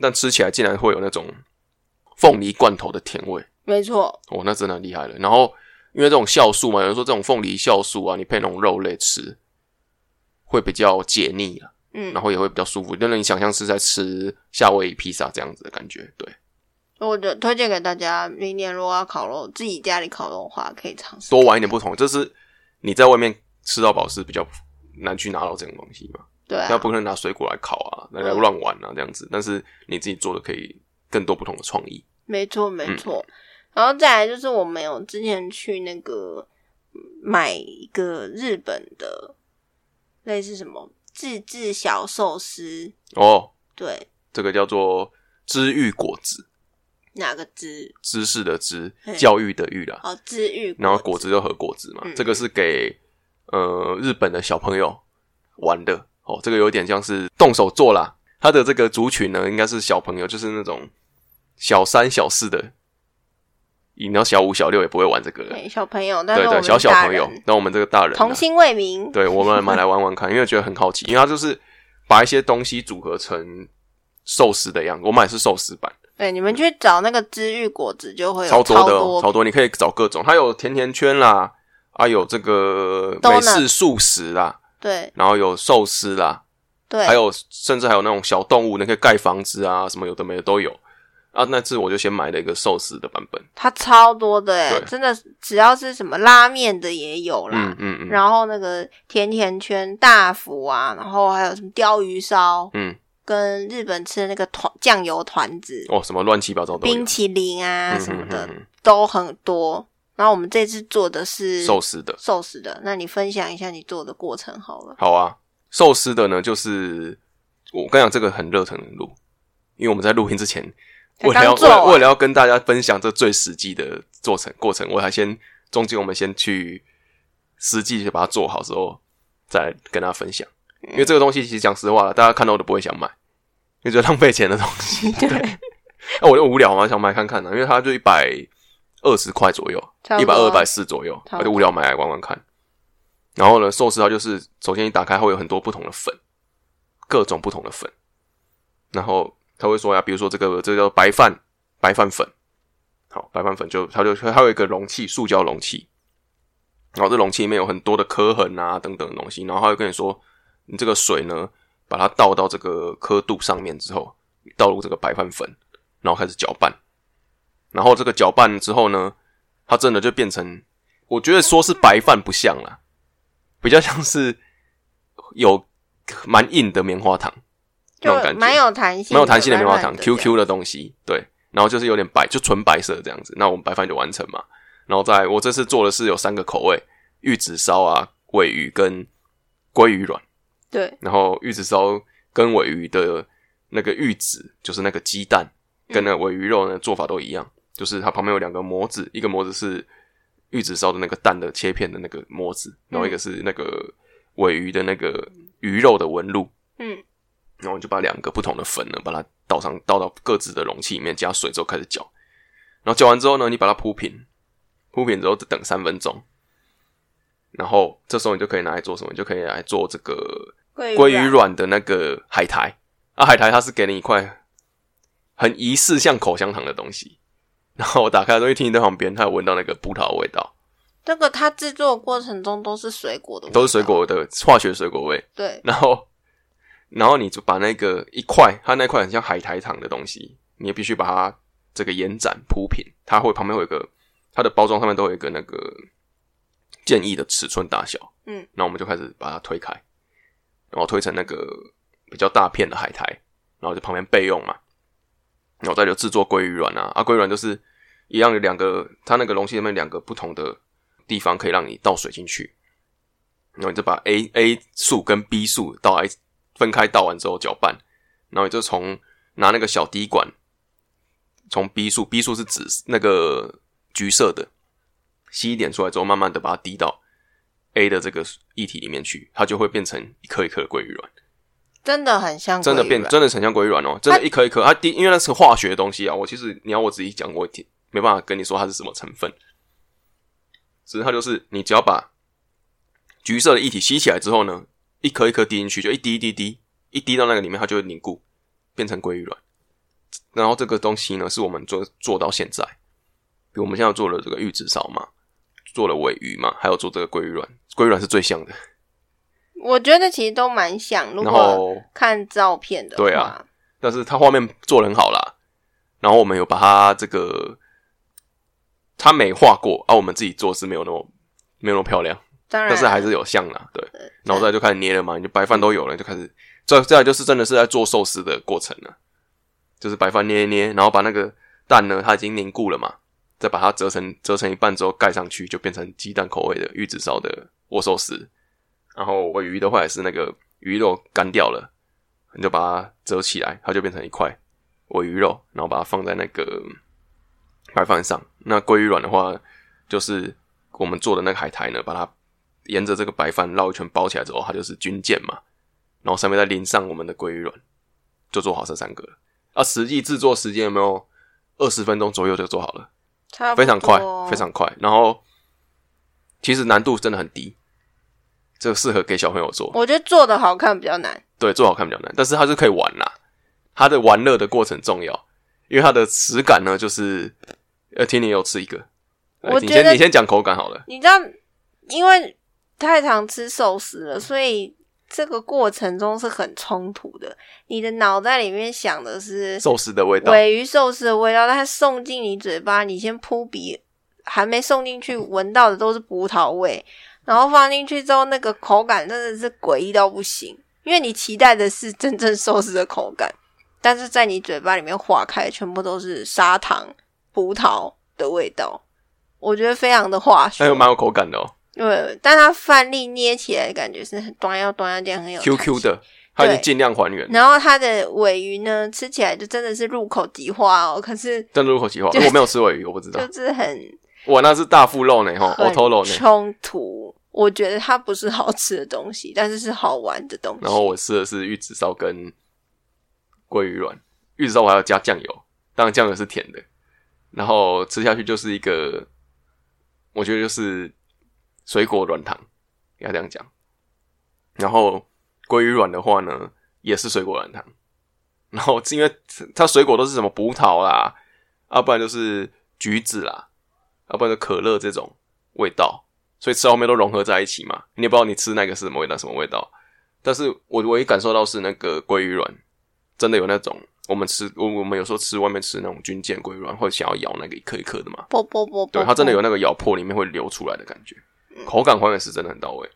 S1: 但吃起来竟然会有那种凤梨罐头的甜味。
S2: 没错，
S1: 哦，那真的很厉害了。然后因为这种酵素嘛，有人说这种凤梨酵素啊，你配那种肉类吃，会比较解腻啊，
S2: 嗯
S1: 然，后也会比较舒服，就让你想象是在吃夏威夷披萨这样子的感觉。对，
S2: 我就推荐给大家，明年如果要烤肉，自己家里烤肉的话，可以尝试
S1: 多玩一点不同，这是你在外面吃到饱是比较难去拿到这种东西嘛，
S2: 对啊
S1: 那、，不可能拿水果来烤啊，来来
S2: 嗯
S1: 乱玩啊这样子，但是你自己做的可以更多不同的创意。
S2: 没错
S1: 嗯
S2: 没错。然后再来就是我们有之前去那个嗯买一个日本的类似什么自制小寿司，
S1: 哦，
S2: 对，
S1: 这个叫做知遇果子，
S2: 哪个汁？
S1: 知识的知
S2: 嗯，
S1: 教育的育啦。
S2: 哦，治愈，
S1: 然后果汁就和果汁嘛，
S2: 嗯
S1: 这个是给呃日本的小朋友玩的哦，这个有点像是动手做啦。它的这个族群呢，应该是小朋友，就是那种小三、小四的，你要小五、小六也不会玩这个了，
S2: 对小朋友，但
S1: 对
S2: 是
S1: 对，
S2: 我们
S1: 小
S2: 是
S1: 小
S2: 大
S1: 朋友
S2: 人。
S1: 那我们这个大人啊、
S2: 童心未泯，
S1: 对我们买来玩玩看，因为觉得很好奇，因为它就是把一些东西组合成寿司的样子，我买的是寿司版。
S2: 对，你们去找那个知遇果子就会有
S1: 超多
S2: 多
S1: 的、哦，超多，你可以找各种，它有甜甜圈啦，啊有这个
S2: Donut
S1: 美式素食啦，
S2: 对
S1: 然后有寿司啦，
S2: 对，
S1: 还有甚至还有那种小动物，你可以盖房子啊，什么有的没的都有。啊，那次我就先买了一个寿司的版本，
S2: 它超多的哎，
S1: 对
S2: 真的只要是什么拉面的也有啦
S1: 嗯，嗯嗯
S2: 然后那个甜甜圈、大福啊，然后还有什么鲷鱼烧，
S1: 嗯，
S2: 跟日本吃的那个团酱油团子、
S1: 哦，什么乱七八糟都有
S2: 冰，淇淋啊
S1: 嗯
S2: 什么的
S1: 嗯嗯
S2: 都很多。然后我们这次做的是
S1: 寿司的，
S2: 寿司的，那你分享一下你做的过程好了。
S1: 好啊，寿司的呢，就是我跟你讲，这个很热腾腾录，因为我们在录音之前，
S2: 才
S1: 为了要
S2: 刚做
S1: 为了
S2: 完
S1: 为了要跟大家分享这最实际的做成过程，我还先中间我们先去实际就把它做好之后，再来跟大家分享。因为这个东西其实讲实话了，大家看到都不会想买，因为觉得浪费钱的东 西。对，那、我就无聊嘛，想买看看呢、啊因为它就一百二十块左右，
S2: 差
S1: 一
S2: 不
S1: 百
S2: 多
S1: 二、百四左右，
S2: 差
S1: 我
S2: 不
S1: 就
S2: 多
S1: 无聊买来玩玩看。然后呢，寿司它就是首先一打开会有很多不同的粉，各种不同的粉，然后他会说呀，比如说这个这个叫白饭白饭粉，好，白饭粉就它就它有一个容器，塑胶容器，然后这容器里面有很多的刻痕啊等等的东西，然后他会跟你说，你这个水呢，把它倒到这个刻度上面之后，倒入这个白饭粉，然后开始搅拌，然后这个搅拌之后呢，它真的就变成，我觉得说是白饭不像啦，比较像是有蛮硬的棉花糖那
S2: 就
S1: 种感觉，
S2: 蛮有弹性的，
S1: 没有弹性的棉花
S2: 软
S1: 糖
S2: 软的这样
S1: ，QQ 的东西，对。然后就是有点白，就纯白色这样子。那我们白饭就完成嘛。然后在我这次做的是有三个口味：玉子烧啊、尾鱼跟鲑鱼卵。
S2: 对，
S1: 然后玉子烧跟尾鱼的那个玉子，就是那个鸡蛋跟那个尾鱼肉呢做法都一样，就是它旁边有两个模子，一个模子是玉子烧的那个蛋的切片的那个模子，然后一个是那个尾鱼的那个鱼肉的纹路，
S2: 嗯
S1: 然后你就把两个不同的粉呢，把它倒上倒到各自的容器里面，加水之后开始搅，然后搅完之后呢，你把它铺平，铺平之后再等三分钟。然后这时候你就可以拿来做什么？你就可以来做这个鲑
S2: 鲑
S1: 鱼
S2: 卵，
S1: 卵的那个海苔啊，海苔它是给你一块很疑似像口香糖的东西，然后我打开的时候一听在旁边，它有闻到那个葡萄的味道，
S2: 这个它制作的过程中都是水果的味道，
S1: 都是水果的化学水果味，
S2: 对，
S1: 然后然后你就把那个一块它那块很像海苔糖的东西，你也必须把它这个延展铺平，它会旁边会有一个它的包装上面都有一个那个建议的尺寸大小，
S2: 嗯，
S1: 那我们就开始把它推开，然后推成那个比较大片的海苔，然后就旁边备用嘛。然后再就制作鲑鱼卵啊，啊，鲑鱼卵就是一样有两个，它那个容器里面两个不同的地方可以让你倒水进去，然后你就把 A A 数跟 B 数倒来分开倒完之后搅拌，然后你就从拿那个小滴管从 B 数，B 数是紫那个橘色的，吸一点出来之后，慢慢的把它滴到 A 的这个液体里面去，它就会变成一颗一颗的鲑鱼卵，
S2: 真的很像
S1: 真的
S2: 鲑鱼啊
S1: 变
S2: 卵
S1: 真的很像鲑鱼卵哦，真的一颗一颗，它滴因为那是化学的东西啊，我其实你要我仔细讲，我也没办法跟你说它是什么成分，只是它就是你只要把橘色的液体吸起来之后呢，一颗一颗滴进去，就一滴一滴滴，一滴到那个里面，它就会凝固，变成鲑鱼卵。然后这个东西呢，是我们做做到现在，比如我们现在做了这个玉子烧嘛，做了尾鱼嘛，还有做这个鲑鱼卵，鲑鱼卵是最像的。
S2: 我觉得其实都蛮像，如
S1: 然
S2: 果
S1: 后
S2: 看照片的话，
S1: 对啊，但是它画面做的很好啦，然后我们有把它这个它美化过啊，我们自己做是没有那么没有那么漂亮，
S2: 当然啊
S1: 但是还是有像啦，对。
S2: 呃
S1: 然后再来就开始捏了嘛，你就白饭都有了，你就开始再再来就是真的是在做寿司的过程了，就是白饭捏一捏，然后把那个蛋呢，它已经凝固了嘛，再把它折成折成一半之后盖上去，就变成鸡蛋口味的玉子烧的握寿司。然后尾鱼的话也是那个鱼肉干掉了，你就把它折起来，它就变成一块尾鱼肉，然后把它放在那个白饭上。那鲑鱼卵的话，就是我们做的那个海苔呢，把它沿着这个白饭绕一圈包起来之后，它就是军舰嘛，然后上面再淋上我们的鲑鱼卵，就做好这三个了。啊，实际制作时间有没有二十分钟左右就做好了？
S2: 差不
S1: 非常快
S2: 多，
S1: 非常快。然后其实难度真的很低，这个适合给小朋友做。
S2: 我觉得做的好看比较难。
S1: 对，做好看比较难，但是它是可以玩啦，它的玩乐的过程重要，因为它的食感呢，就是呃，听你有吃一个，来
S2: 我
S1: 你
S2: 觉得
S1: 先你先讲口感好了，
S2: 你知道，因为太常吃寿司了，所以这个过程中是很冲突的。你的脑袋里面想的是
S1: 寿司的味道，
S2: 尾鱼寿司的味道，但它送进你嘴巴，你先扑鼻，还没送进去，闻到的都是葡萄味，然后放进去之后，那个口感真的是诡异到不行，因为你期待的是真正寿司的口感，但是在你嘴巴里面化开，全部都是砂糖、葡萄的味道，我觉得非常的化学。
S1: 哎，蛮有口感的哦
S2: 对，呃但它饭粒捏起来的感觉是很端要端要这样很有弹性
S1: ，QQ 的，它已经尽量还原，
S2: 然后它的尾鱼呢，吃起来就真的是入口即化哦，可是
S1: 但入口即化。
S2: 就
S1: 哎我没有吃尾鱼，我不知道，
S2: 就是很
S1: 哇，那是大腹肉呢，吼 o
S2: 很
S1: t o r o 呢，
S2: 冲突。我觉得它不是好吃的东西，但是是好玩的东西。
S1: 然后我吃的是玉子烧跟鲑鱼卵，玉子烧我还要加酱油，当然酱油是甜的，然后吃下去就是一个，我觉得就是水果软糖，要这样讲。然后鲑鱼卵的话呢，也是水果软糖，然后是因为它水果都是什么葡萄啦，要、不然就是橘子啦，要、不然就可乐这种味道，所以吃到后面都融合在一起嘛，你也不知道你吃那个是什么味道，什么味道。但是我唯一感受到是那个鲑鱼卵，真的有那种我们吃我我们有时候吃外面吃那种军舰鲑鱼卵，会想要咬那个一颗一颗的嘛，
S2: 啵啵啵啵，
S1: 对，它真的有那个咬破里面会流出来的感觉，口感还原是真的很到位。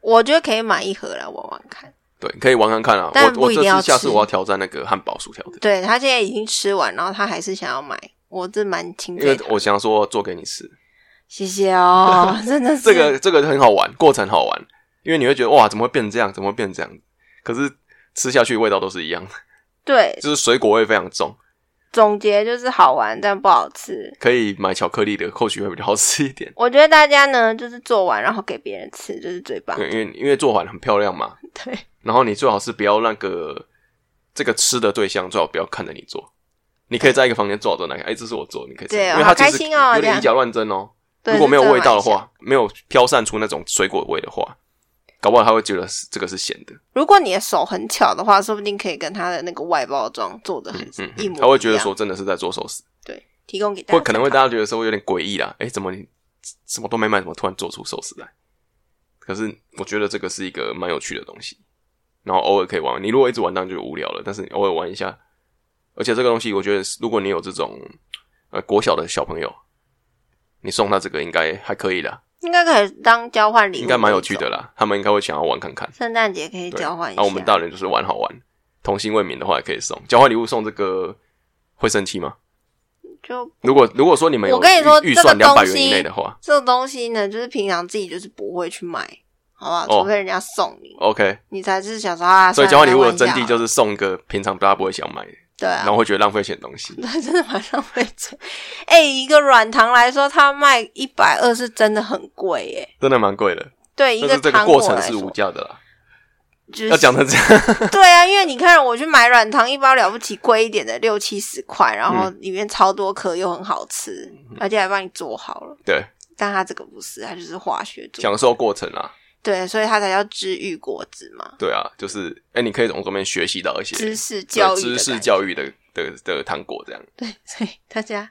S2: 我觉得可以买一盒来玩玩看。
S1: 对，你可以玩看看啊。
S2: 但
S1: 我我
S2: 不一
S1: 这
S2: 定要
S1: 次下次
S2: 吃
S1: 我要挑战那个汉堡薯条的，
S2: 对他现在已经吃完，然后他还是想要买，我这蛮钦
S1: 因为
S2: 佩他。
S1: 我想说做给你吃。
S2: 谢谢哦， 真的是
S1: 这个这个很好玩，过程好玩，因为你会觉得哇，怎么会变这样？怎么会变这样？可是吃下去味道都是一样的，
S2: 对。
S1: 就是水果味非常重。
S2: 总结就是好玩但不好吃。
S1: 可以买巧克力的，或许会比较好吃一点。
S2: 我觉得大家呢，就是做完然后给别人吃，就是最棒的。
S1: 对，因为因为做完很漂亮嘛，
S2: 对，
S1: 然后你最好是不要那个这个吃的对象最好不要看着你做，你可以在一个房间坐着那个，哎，这是我做，你可以吃，
S2: 对
S1: 因为它
S2: 好
S1: 其
S2: 开
S1: 实
S2: 心哦
S1: 有
S2: 这
S1: 点
S2: 样
S1: 以假乱真哦。
S2: 对
S1: 如果没有
S2: 是真
S1: 味道的
S2: 蛮香
S1: 话，没有飘散出那种水果味的话，搞不好他会觉得是这个是咸的，
S2: 如果你的手很巧的话，说不定可以跟它的那个外包装做的很
S1: 嗯
S2: 一模一
S1: 嗯，
S2: 样。
S1: 他会觉得说真的是在做寿司，
S2: 对，提供给大家参
S1: 或
S2: 考，
S1: 可能会大家觉得说有点诡异啦，哎，怎么你什么都没卖，怎么突然做出寿司来？可是我觉得这个是一个蛮有趣的东西，然后偶尔可以玩玩。你如果一直玩，当然就无聊了，但是你偶尔玩一下，而且这个东西，我觉得是如果你有这种呃国小的小朋友，你送他这个应该还可以啦，
S2: 应该可以当交换礼物，
S1: 应该蛮有趣的。啦，他们应该会想要玩看看。
S2: 圣诞节可以
S1: 对，
S2: 交哦换一下。
S1: 啊、我们大人就是玩好玩，童心未泯的话也可以送交换礼物，送这个会生气吗？
S2: 就
S1: 如果如果说你们有
S2: 我跟你说
S1: 预预
S2: 这个
S1: 算两百
S2: 东
S1: 元
S2: 西
S1: 以内的话
S2: 这个东西呢，就是平常自己就是不会去买，好不好？
S1: 哦
S2: 除非人家送你，
S1: ，OK。
S2: 你才是想说啊。
S1: 所以交换礼物的真谛
S2: 是
S1: 就是送一个平常大家不会想买，
S2: 对啊
S1: 然，后会觉得浪费钱的东西。
S2: 对，真的蛮浪费钱。哎、一个软糖来说，它卖一百二是真的很贵耶。
S1: 真的蛮贵的。
S2: 对，一
S1: 但是这个
S2: 糖
S1: 过
S2: 果
S1: 程
S2: 来
S1: 是无
S2: 说，
S1: 价的啦，
S2: 就是
S1: 要讲成这样，
S2: 对啊，因为你看我去买软糖，一包了不起贵一点的六七十块，然后
S1: 嗯
S2: 里面超多颗又很好吃，而且还帮你做好了。
S1: 对，
S2: 但它这个不是，它就是化学做，
S1: 享受过程啊，
S2: 对，所以它才叫治愈果子嘛，
S1: 对啊，就是哎、你可以从中间学习到一些
S2: 知识
S1: 对
S2: 教育，
S1: 知识
S2: 育，
S1: 教育的的的糖果这样。
S2: 对，所以大家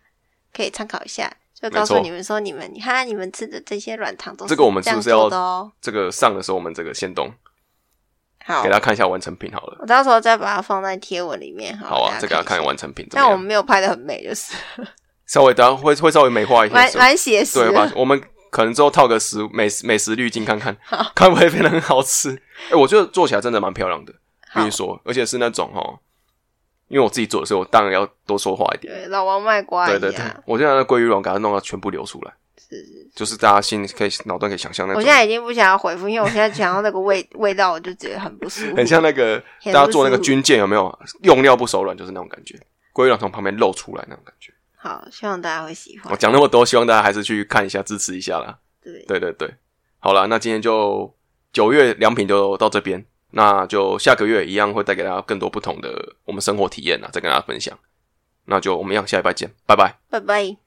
S2: 可以参考一下，就
S1: 没
S2: 告诉
S1: 错
S2: 你们说，你们你看你们吃的这些软糖都
S1: 这个我们是
S2: 这
S1: 不
S2: 样
S1: 是要
S2: 做的哦。
S1: 这个上的时候，我们这个先动
S2: 好
S1: 给，大家看一下完成品好了。
S2: 我到时候再把它放在贴文里面，好
S1: 好啊，
S2: 大
S1: 再
S2: 家
S1: 给大家看
S2: 一下。
S1: 完成品怎
S2: 但
S1: 么
S2: 我
S1: 样？
S2: 们没有拍的很 美，就是
S1: 稍微大家会会稍微美化一
S2: 蛮
S1: 些，
S2: 蛮写实
S1: 对
S2: 的。
S1: 吧？我们可能之后套个食美食美食滤镜看看，看会不会变得很好吃。哎、我觉得做起来真的蛮漂亮的，
S2: 好
S1: 跟你说，而且是那种哦，因为我自己做的时候，我当然要多说话一点。
S2: 对，啊老王卖瓜一
S1: 对
S2: 样。
S1: 对对，我就让那鲑鱼卵给它弄到全部流出来，就是大家心里可以脑袋可以想象那
S2: 我
S1: 种
S2: 现，在已经不想要回复，因为我现在想到那个味 味道，我就觉得很不舒服。
S1: 很像那个
S2: 很
S1: 大
S2: 不
S1: 家做那个
S2: 舒服
S1: 军舰有没有用料不手软，就是那种感觉，鲑鱼卵从旁边露出来那种感觉。
S2: 好，希望大家会喜
S1: 我
S2: 欢。
S1: 讲那么多，希望大家还是去看一下支持一下啦。
S2: 对，
S1: 对对对，好啦，那今天就九月良品就到这边，那就下个月一样会带给大家更啊多不同的我们生活体验啦，再跟大家分享。那就我们一样，下一拜见，拜拜。
S2: 拜拜。